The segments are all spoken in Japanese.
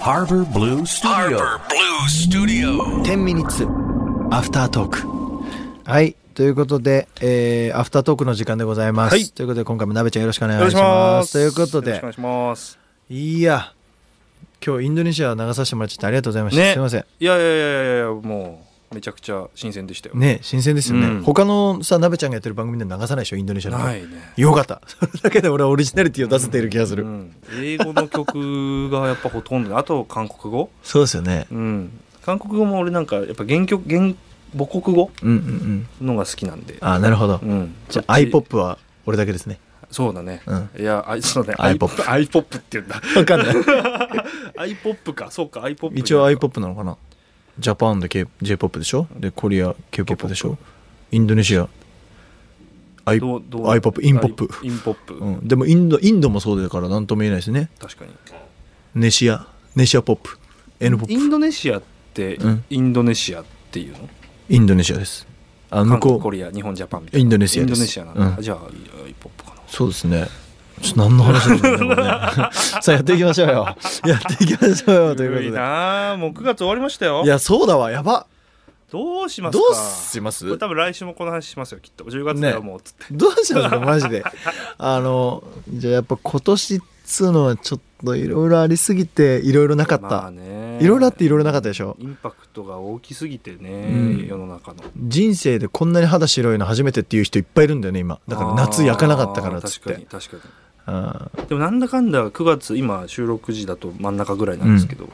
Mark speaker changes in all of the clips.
Speaker 1: Harbor Blue Studio.
Speaker 2: Harbor Blue Studio.
Speaker 3: 10ミニッツアフタートークはいということで、えー、アフタートークの時間でございます、
Speaker 4: はい
Speaker 3: ということで今回もなべちゃんよろしくお願
Speaker 4: お願
Speaker 3: い
Speaker 4: い
Speaker 3: し
Speaker 4: し
Speaker 3: ま
Speaker 4: ますす。
Speaker 3: ということ
Speaker 4: よろ
Speaker 3: で
Speaker 4: しくお願いします。
Speaker 3: いや今日インドネシア流させてもらっちゃってありがとうございました、
Speaker 4: ね
Speaker 3: すいません
Speaker 4: いやいやいやいやいや、もう、めちゃくちゃ新鮮でしたよ。
Speaker 3: ね新鮮ですよね、
Speaker 4: うん
Speaker 3: 他のさなべちゃんがやってる番組で流さないでしょインドネシアの
Speaker 4: ないね。
Speaker 3: よかった それだけで俺はオリジナリティを出せている気がする、
Speaker 4: うん英語の曲がやっぱほとんど、あと韓国語。
Speaker 3: そうですよね
Speaker 4: うん。韓国語も俺なんか、やっぱ原曲、原母国語
Speaker 3: うんうんうん
Speaker 4: のが好きなんで。
Speaker 3: あなるほど、
Speaker 4: うん。
Speaker 3: じゃ
Speaker 4: そ
Speaker 3: あ
Speaker 4: っち
Speaker 3: iPop は俺だけですね
Speaker 4: そうだね。
Speaker 3: うん
Speaker 4: いや、あいそうだね。
Speaker 3: iPop
Speaker 4: iPop って言うんだ。
Speaker 3: 分かんない
Speaker 4: iPop か、そうか、iPop。
Speaker 3: 一応 iPop なのかなジャパンで、K、J-POP でしょでコリア K-POP でしょインドネシア I
Speaker 4: どうどう
Speaker 3: iPop インポップ
Speaker 4: I- インポップ。
Speaker 3: うん、でもインドインドもそうだから何とも言えないですね
Speaker 4: 確かに。
Speaker 3: ネシアネシアポップ N ポ
Speaker 4: イ
Speaker 3: ッ
Speaker 4: ン
Speaker 3: プ
Speaker 4: ドネシアって
Speaker 3: うん、
Speaker 4: インドネシアっていうの
Speaker 3: インドネシアですあ
Speaker 4: 韓
Speaker 3: 向
Speaker 4: 国、
Speaker 3: こ
Speaker 4: コ
Speaker 3: う
Speaker 4: リア、日本、ジャパンみたいな。
Speaker 3: インドネシア
Speaker 4: イン
Speaker 3: で
Speaker 4: ド
Speaker 3: す
Speaker 4: ネシアなんだ。
Speaker 3: うん
Speaker 4: じゃあ、iPop かな。
Speaker 3: そうですねちょっと何の話なんだろう ねこれねさあやっていきましょうよやっていきましょうよという
Speaker 4: 古
Speaker 3: こ
Speaker 4: なあもう9月終わりましたよ
Speaker 3: とでいやそうだわやば
Speaker 4: どうし
Speaker 3: ど
Speaker 4: ますか
Speaker 3: うします
Speaker 4: これ多分来週もこの話しますよきっと10月ではもうつって、
Speaker 3: どうしますかマジであのじゃあやっぱ今年っつうのはちょっといろいろありすぎていろいろなかった、
Speaker 4: まあね
Speaker 3: いろいろあっていろいろなかったでしょ
Speaker 4: インパクトが大きすぎてね、
Speaker 3: うん
Speaker 4: 世の中の
Speaker 3: 人生でこんなに肌白いの初めてっていう人いっぱいいるんだよね今だから夏焼かなかったからっつっ
Speaker 4: あー
Speaker 3: て
Speaker 4: 確かに確か
Speaker 3: あー
Speaker 4: にでもなんだかんだ9月今収録時だと真ん中ぐらいなんですけど、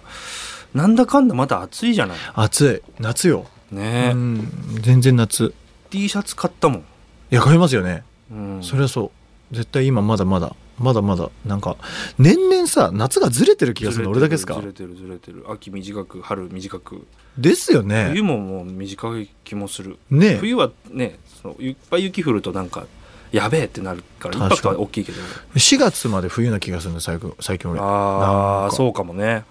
Speaker 4: なんだかんだまだ暑いじゃない
Speaker 3: 暑い夏よ、
Speaker 4: ねえ、
Speaker 3: うん全然夏
Speaker 4: T シャツ買ったもん、
Speaker 3: いや買いますよね、
Speaker 4: うん、
Speaker 3: それはそう絶対今まだまだまだまだなんか年々さ夏がずれてる気がするの俺だけですか
Speaker 4: ずれてるずれてるずれてる秋短く春短く
Speaker 3: ですよね
Speaker 4: 冬ももう短い気もする
Speaker 3: ね
Speaker 4: 冬はねそのいっぱい雪降るとなんかやべえってなるからイ
Speaker 3: 確か
Speaker 4: ン
Speaker 3: に
Speaker 4: パクトは大きいけど
Speaker 3: 4月まで冬な気がするの最近最近俺
Speaker 4: あ
Speaker 3: なん
Speaker 4: あ
Speaker 3: か
Speaker 4: そうかもね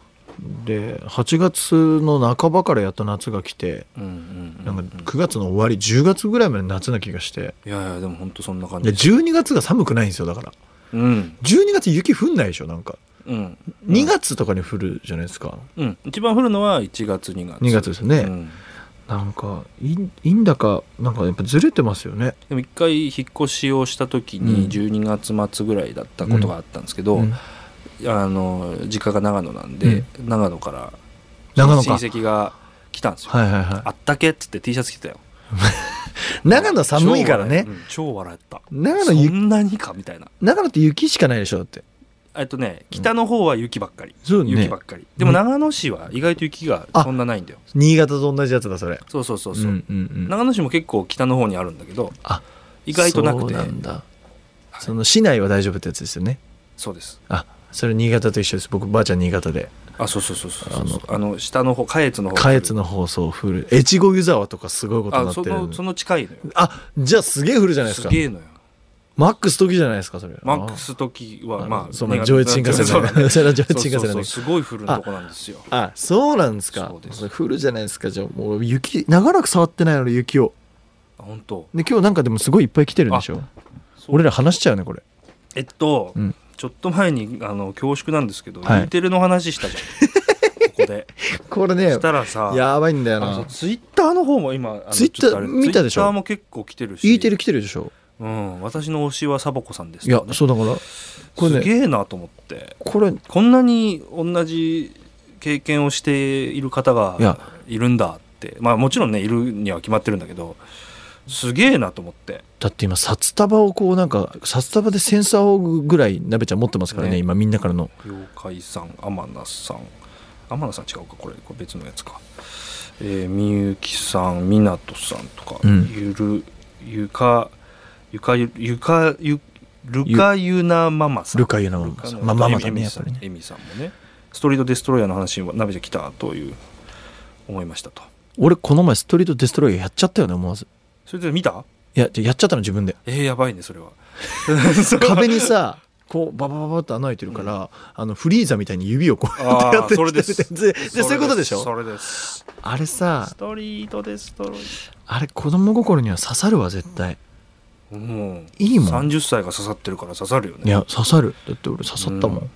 Speaker 3: で8月の半ばからやっと夏が来て
Speaker 4: うんうん,、
Speaker 3: な
Speaker 4: うんん
Speaker 3: か
Speaker 4: うん、
Speaker 3: 9月の終わり10月ぐらいまで夏な気がして
Speaker 4: いやいやでも本当そんな感
Speaker 3: で
Speaker 4: じ
Speaker 3: 12月が寒くないんですよだから
Speaker 4: うん
Speaker 3: 12月雪降んないでしょなんか
Speaker 4: うん
Speaker 3: 2月とかに降るじゃないですか、
Speaker 4: うん一番降るのは1月2月
Speaker 3: 2月ですね
Speaker 4: うん
Speaker 3: なんかいいいいんだかなんかやっぱずれてますよね
Speaker 4: でも一回引っ越しをした時
Speaker 3: うん
Speaker 4: に12月末ぐらいだったことがあったんですけど、
Speaker 3: うん
Speaker 4: あの実家が長野なんで、長野から
Speaker 3: 長野か
Speaker 4: 親戚が来たんですよ、
Speaker 3: はいはいは
Speaker 4: あったけっつって T シャツ着てたよ
Speaker 3: い長野寒いからね
Speaker 4: 超笑えた
Speaker 3: 長
Speaker 4: そ
Speaker 3: 野ゆ
Speaker 4: んなにかみたいな
Speaker 3: 長野って雪しかないでしょだって
Speaker 4: えっとね北の方は雪ばっかり、
Speaker 3: そう
Speaker 4: 雪
Speaker 3: ね
Speaker 4: ばっかりでも長野市は意外と雪がそんなないんだよ
Speaker 3: 新潟と同じやつだそれ
Speaker 4: そうそうそうそう、
Speaker 3: んうんうん、
Speaker 4: 長野市も結構北の方にあるんだけど
Speaker 3: あ
Speaker 4: 意外となくて
Speaker 3: そうなんだ
Speaker 4: い
Speaker 3: その市内は大丈夫ってやつですよね
Speaker 4: そうです
Speaker 3: あそれ新潟と一緒です僕ばあちゃん新潟で
Speaker 4: あそうそうそうそうそうそうあの下の方下越の方
Speaker 3: 下越の放送降る越後湯沢とかすごいことにな
Speaker 4: あ
Speaker 3: って
Speaker 4: そ
Speaker 3: るあ
Speaker 4: のその近いのよ
Speaker 3: じゃあすげえ降るじゃないです
Speaker 4: す
Speaker 3: か
Speaker 4: げえのよ
Speaker 3: マックス時じゃないですかそれ
Speaker 4: マックス時
Speaker 3: あ
Speaker 4: は
Speaker 3: あ
Speaker 4: まあ
Speaker 3: そうまあ上越新幹線
Speaker 4: そう
Speaker 3: だ
Speaker 4: だ
Speaker 3: ね
Speaker 4: ね
Speaker 3: それは上越 新幹
Speaker 4: そ
Speaker 3: 線
Speaker 4: うそ
Speaker 3: だ
Speaker 4: う
Speaker 3: ね
Speaker 4: すごい降るとこなんですよ
Speaker 3: あそうなんですか
Speaker 4: そうです
Speaker 3: それ降るじゃないですかじゃあもう雪長らく触ってないの雪を
Speaker 4: あ本当
Speaker 3: で今日なんかでもすごいいっぱい来てるんでしょ
Speaker 4: そう
Speaker 3: 俺ら話しちゃうねこれ
Speaker 4: えっと、
Speaker 3: うん
Speaker 4: ちょっと前にあの恐縮なんですけど、
Speaker 3: はい
Speaker 4: E テレの話したじゃんここ で
Speaker 3: これね
Speaker 4: したらさ
Speaker 3: やばいんだよ
Speaker 4: あの
Speaker 3: な
Speaker 4: ツイッターの方も今あの
Speaker 3: Twitter
Speaker 4: ちょっとあれ
Speaker 3: 見たでしょ
Speaker 4: Twitter も結構来てるし
Speaker 3: E テレ来てるでしょ
Speaker 4: うん、私の推しはサボ子さんで
Speaker 3: い
Speaker 4: すと
Speaker 3: や
Speaker 4: かね、
Speaker 3: そうだからこれね
Speaker 4: すげえなと思って
Speaker 3: これ
Speaker 4: こんなに同じ経験をしている方
Speaker 3: いや
Speaker 4: がいるんだってまあもちろんねいるには決まってるんだけどすげえなと思って
Speaker 3: だって今札束をこうなんか札束でセンサーをぐらいなべちゃん持ってますからね
Speaker 4: ね
Speaker 3: 今みんなからの
Speaker 4: 妖怪さん天名さん天名さん違うかこれこれ別のやつかえーみゆきさんみなとさんとか、
Speaker 3: うん
Speaker 4: ゆるゆかゆかゆゆかゆルカユナママさん
Speaker 3: ルカユナママさん
Speaker 4: ルカ
Speaker 3: まあママだね
Speaker 4: エミエミさ
Speaker 3: や
Speaker 4: ん
Speaker 3: っぱり
Speaker 4: エミさんもねストリートデストロイヤーの話は鍋じゃ来たという思いましたと
Speaker 3: 俺この前ストリートデストロイヤーやっちゃったよね思わず
Speaker 4: それで見た
Speaker 3: いやじゃあやっちゃったの自分で
Speaker 4: えー、やばいねそ れは
Speaker 3: 壁にさこうバババババッと穴開いてるから、あのフリーザみたいに指をこうやってやって
Speaker 4: あーそれです
Speaker 3: でででそういうことでし
Speaker 4: そ
Speaker 3: ょ
Speaker 4: れです
Speaker 3: あれさ
Speaker 4: ストリートデストロイヤ
Speaker 3: あれ子供心には刺さるわ絶対
Speaker 4: ーもう
Speaker 3: いいもん
Speaker 4: 30歳が刺さってるから刺さるよね
Speaker 3: いや刺さるだって俺刺さったもん、
Speaker 4: うん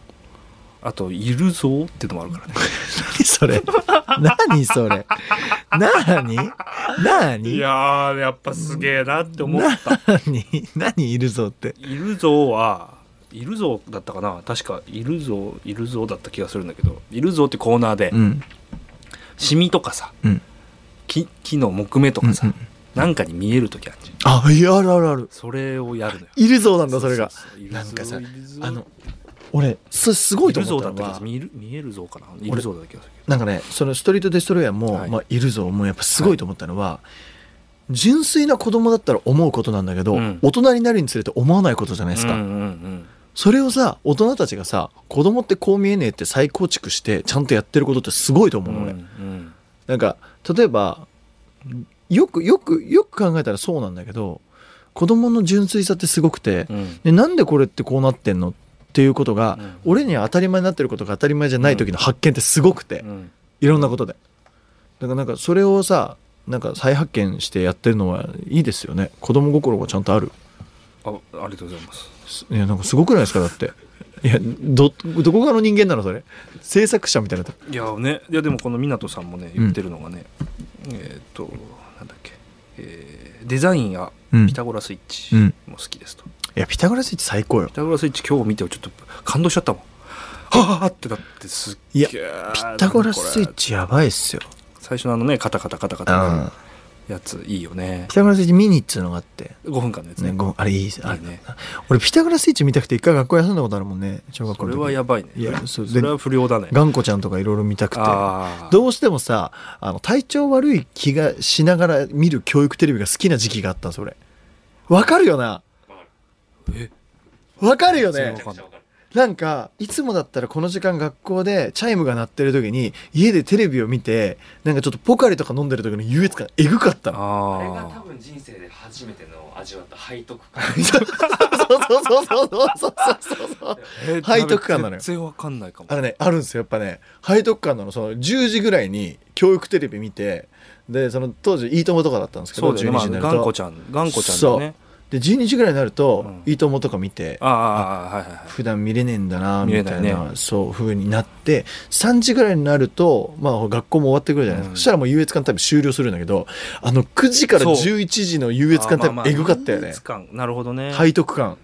Speaker 4: あと「いるぞ」ってのもあるからね
Speaker 3: 何それ何それ何何
Speaker 4: いやーやっぱすげえなって思った
Speaker 3: 何何いるぞって
Speaker 4: 「いるぞ」は「いるぞ」だったかな確か「いるぞ」「いるぞ」だった気がするんだけど「いるぞ」ってコーナーで、
Speaker 3: うん
Speaker 4: シミとかさ
Speaker 3: うん
Speaker 4: 木木の木目とかさ、
Speaker 3: うんうん
Speaker 4: なんかに見える時あるじゃん
Speaker 3: あいやあるあるある
Speaker 4: それをやるのよ
Speaker 3: いるぞなんだそれが
Speaker 4: ううう
Speaker 3: なんかさ
Speaker 4: いるぞ
Speaker 3: あの俺すすごい
Speaker 4: い
Speaker 3: と
Speaker 4: る
Speaker 3: 思
Speaker 4: ぞ
Speaker 3: った
Speaker 4: だっ
Speaker 3: の
Speaker 4: た気がす
Speaker 3: は
Speaker 4: る見える見えるぞかないるぞだった気がするけ
Speaker 3: なんかねそのストリートデストロイヤーも、
Speaker 4: はい
Speaker 3: いまあ、いるぞもうやっぱすごいと思ったのは、純粋な子供だったら思うことなんだけど、
Speaker 4: うん
Speaker 3: 大人になるにつれて思わないことじゃない
Speaker 4: ど
Speaker 3: ですか、
Speaker 4: うんうんうん
Speaker 3: それをさ大人たちがさ子供ってこう見えねえって再構築してちゃんとやってることってすごいと思うの、俺
Speaker 4: うん
Speaker 3: なんか例えばよくよくよく考えたらそうなんだけど子供の純粋さってすごくて、
Speaker 4: うんうん
Speaker 3: でなんでこれってこうなってんのっていうことが、
Speaker 4: うん
Speaker 3: 俺には当たり前になってることが当たり前じゃない時の発見ってすごくて、
Speaker 4: うん
Speaker 3: いろんなことでだからなんかそれをさなんか再発見してやってるのはいいですよね子供心がちゃんとある
Speaker 4: あありがとうございます
Speaker 3: すいやなんかすごくないですかだっていやどどこかの人間なのそれ制作者みたいない
Speaker 4: やねいやでもこの湊さんもね言ってるのがね、えーっとなんだっけ、えーデザインや
Speaker 3: うん
Speaker 4: ピタゴラスイッチ
Speaker 3: うん
Speaker 4: も好きですと、
Speaker 3: いやピタゴラスイッチ最高よ
Speaker 4: ピタゴラスイッチ今日見てちょっと感動しちゃったもんはあってなってすっげ
Speaker 3: い
Speaker 4: え
Speaker 3: やピピタゴラスイッチやばいっすよ
Speaker 4: 最初のあのねカタカタカタカタ
Speaker 3: う
Speaker 4: なんるやついいよね
Speaker 3: ピタゴラスイッチミニっつうのがあって、
Speaker 4: 5分間のやつ
Speaker 3: ね、
Speaker 4: ね
Speaker 3: ごあれいいっすあれ
Speaker 4: いいね
Speaker 3: 俺ピタゴラスイッチ見たくて一回学校休んだことあるもんね小学校
Speaker 4: こ
Speaker 3: の
Speaker 4: れ
Speaker 3: 時
Speaker 4: はやばいね
Speaker 3: いやそう
Speaker 4: それは不良だね
Speaker 3: 頑固ちゃんとかいろいろ見たくて
Speaker 4: あー
Speaker 3: どうしてもさあの体調悪い気がしながら見る教育テレビが好きな時期があったんです俺わかるよな
Speaker 4: え
Speaker 3: わかるよ
Speaker 4: 全然
Speaker 3: ね
Speaker 4: わかんない
Speaker 3: なんかいつもだったらこの時間学校でチャイムが鳴ってる時に家でテレビを見てなんかちょっとポカリとか飲んでる時の優越感えぐかったの
Speaker 1: あれが多
Speaker 4: あ
Speaker 1: 分人生で初めての味わった背徳感
Speaker 3: そう そうそうそうそうそうそうそう
Speaker 4: ー
Speaker 3: 背徳感なのよ
Speaker 4: 全然わかんないかも
Speaker 3: あのねあるんですよやっぱね背徳感なのその10時ぐらいに教育テレビ見てでその当時「いいとも」とかだったんですけど
Speaker 4: そうだよね、
Speaker 3: 12
Speaker 4: ま
Speaker 3: 時
Speaker 4: あ、
Speaker 3: になる
Speaker 4: 頑
Speaker 3: と
Speaker 4: 固ちゃん頑固ちゃんだよね
Speaker 3: で12時ぐらいになると
Speaker 4: うん
Speaker 3: 「いいとも」とか見て、
Speaker 4: ああああはいはいはい
Speaker 3: 普段見れねえんだな
Speaker 4: 見れ
Speaker 3: み
Speaker 4: な
Speaker 3: た
Speaker 4: い
Speaker 3: い
Speaker 4: ね
Speaker 3: なそう風になって3時ぐらいになると、まあ、学校も終わってくるじゃないですか、
Speaker 4: うん
Speaker 3: そしたらもう優越感タイム終了するんだけどあの9時から
Speaker 4: そう
Speaker 3: 11時の優越感タイムえぐかったよ
Speaker 4: 優
Speaker 3: ね
Speaker 4: 越感なるほどね、
Speaker 3: 背徳感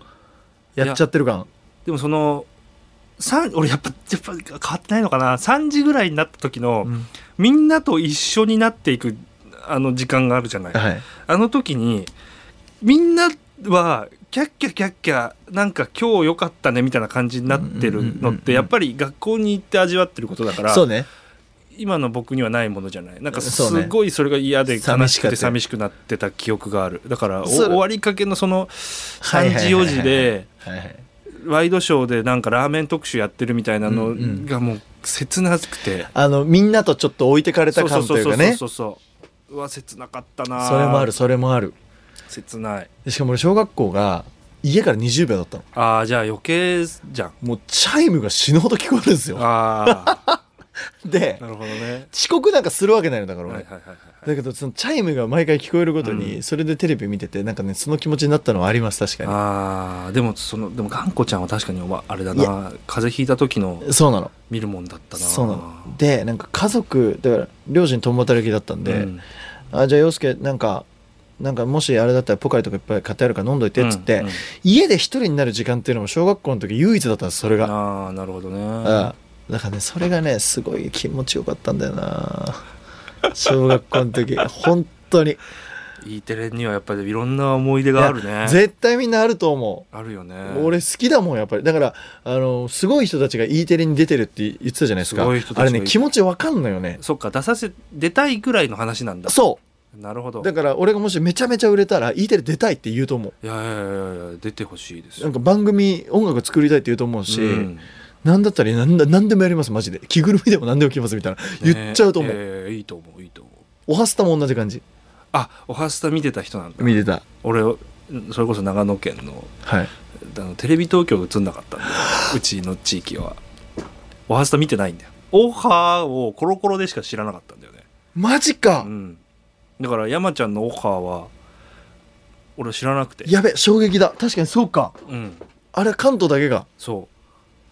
Speaker 3: やっちゃってる感
Speaker 4: でもその三俺やっぱやっぱ変わってないのかな3時ぐらいになった時の、
Speaker 3: うん
Speaker 4: みんなと一緒になっていくあの時間があるじゃない、
Speaker 3: はい
Speaker 4: あの時にみんなはキャッキャキャッキャなんか今日良かったねみたいな感じになってるの
Speaker 3: うんうんうん
Speaker 4: っ
Speaker 3: うんう
Speaker 4: て
Speaker 3: ん
Speaker 4: やっぱり学校に行って味わってることだから
Speaker 3: そうね
Speaker 4: 今の僕にはないものじゃないなんかす
Speaker 3: そうね
Speaker 4: ごいそれが嫌で悲
Speaker 3: 寂し
Speaker 4: し
Speaker 3: か
Speaker 4: く
Speaker 3: ってた
Speaker 4: 寂しくなってた記憶があるだからお
Speaker 3: それ
Speaker 4: 終わりかけのその
Speaker 3: はい
Speaker 4: 3
Speaker 3: はい
Speaker 4: 時
Speaker 3: は
Speaker 4: 4
Speaker 3: いはい
Speaker 4: 時で
Speaker 3: はいはい
Speaker 4: ワイドショーでなんかラーメン特集やってるみたいなの
Speaker 3: うんうん
Speaker 4: がもう切なくて
Speaker 3: あのみんなとちょっと置いてかれた
Speaker 4: そうそう
Speaker 3: 感と
Speaker 4: そ
Speaker 3: いううか
Speaker 4: そう
Speaker 3: ね
Speaker 4: そうそううわ切なかったな
Speaker 3: それもあるそれもある
Speaker 4: 切ない
Speaker 3: でしかも俺小学校が家から20秒だったの
Speaker 4: ああじゃあ余計じゃん
Speaker 3: もうチャイムが死ぬほど聞こえるんですよ
Speaker 4: ああ
Speaker 3: で
Speaker 4: なるほど ね
Speaker 3: 遅刻なんかするわけないのだから
Speaker 4: はい
Speaker 3: 俺、
Speaker 4: はいはいはい
Speaker 3: だけどそのチャイムが毎回聞こえるごと
Speaker 4: うん
Speaker 3: にそれでテレビ見ててなんかねその気持ちになったのはあります確か
Speaker 4: ああでもそのでも頑固ちゃんは確かにお前あれだ
Speaker 3: い
Speaker 4: な風邪ひいた時の
Speaker 3: にそうなの
Speaker 4: 見るもんだったな
Speaker 3: そうなのでなんか家族だから両親共働きだったんで、
Speaker 4: うん
Speaker 3: あじゃあ陽介なんかなんかもしあれだったらポカリとかいっぱい買ってあるから飲んどいてっつって、
Speaker 4: うんうん
Speaker 3: 家で一人になる時間っていうのも小学校の時唯一だったんですそれが、
Speaker 4: ああなるほどね
Speaker 3: うん、だからねそれがねすごい気持ちよかったんだよな小学校の時本当に
Speaker 4: E テレにはやっぱりいろんな思い出がある
Speaker 3: い
Speaker 4: ね
Speaker 3: や絶対みんなあると思う
Speaker 4: あるよね
Speaker 3: 俺好きだもんやっぱりだからあのすごい人たちが E テレに出てるって言ってたじゃないですか
Speaker 4: すごい人たちが
Speaker 3: あれね気持ちわかんのよね
Speaker 4: そっか出させ出たいぐらいの話なんだ
Speaker 3: そ
Speaker 4: なるほど
Speaker 3: うだから俺がもしめちゃめちゃ売れたら E テレ出たいって言うと思
Speaker 4: いやいやいやいや出てほしいです
Speaker 3: うなんか番組音楽作りたいって言うと思うし、
Speaker 4: うん
Speaker 3: なんだったら何だ何でもやりますマジで着ぐるみでも何でも着ますみたいな、
Speaker 4: ね
Speaker 3: 言っちゃうと思う、
Speaker 4: えーいいと思ういいと思う
Speaker 3: おはスタも同じ感じ
Speaker 4: あおはスタ見てた人なんだ
Speaker 3: 見てた
Speaker 4: 俺それこそ長野県の
Speaker 3: はい
Speaker 4: あのテレビ東京映んなかったんだ ようちの地域はオハスタ見てないんだよオハをコロコロでしか知らなかったんだよね
Speaker 3: マジか、
Speaker 4: うんだから山ちゃんのオハは俺知らなくて
Speaker 3: やべ衝撃だ確かにそうか
Speaker 4: うん
Speaker 3: あれは関東だけが
Speaker 4: そ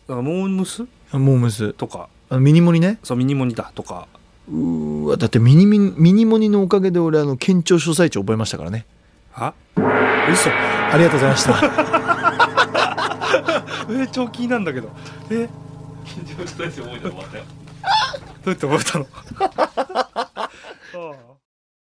Speaker 4: からモームス
Speaker 3: あモームス
Speaker 4: とか
Speaker 3: あのミニモニね
Speaker 4: そうミニモニだとか
Speaker 3: うーわだってミニミニミニモニのおかげで俺あの県庁所在地覚えましたからね
Speaker 4: あ嘘
Speaker 3: ありがとうございました
Speaker 4: えー、超気なんだけどえ
Speaker 1: 緊張したですよ覚えて終わったよ
Speaker 4: どうやって覚えたのああ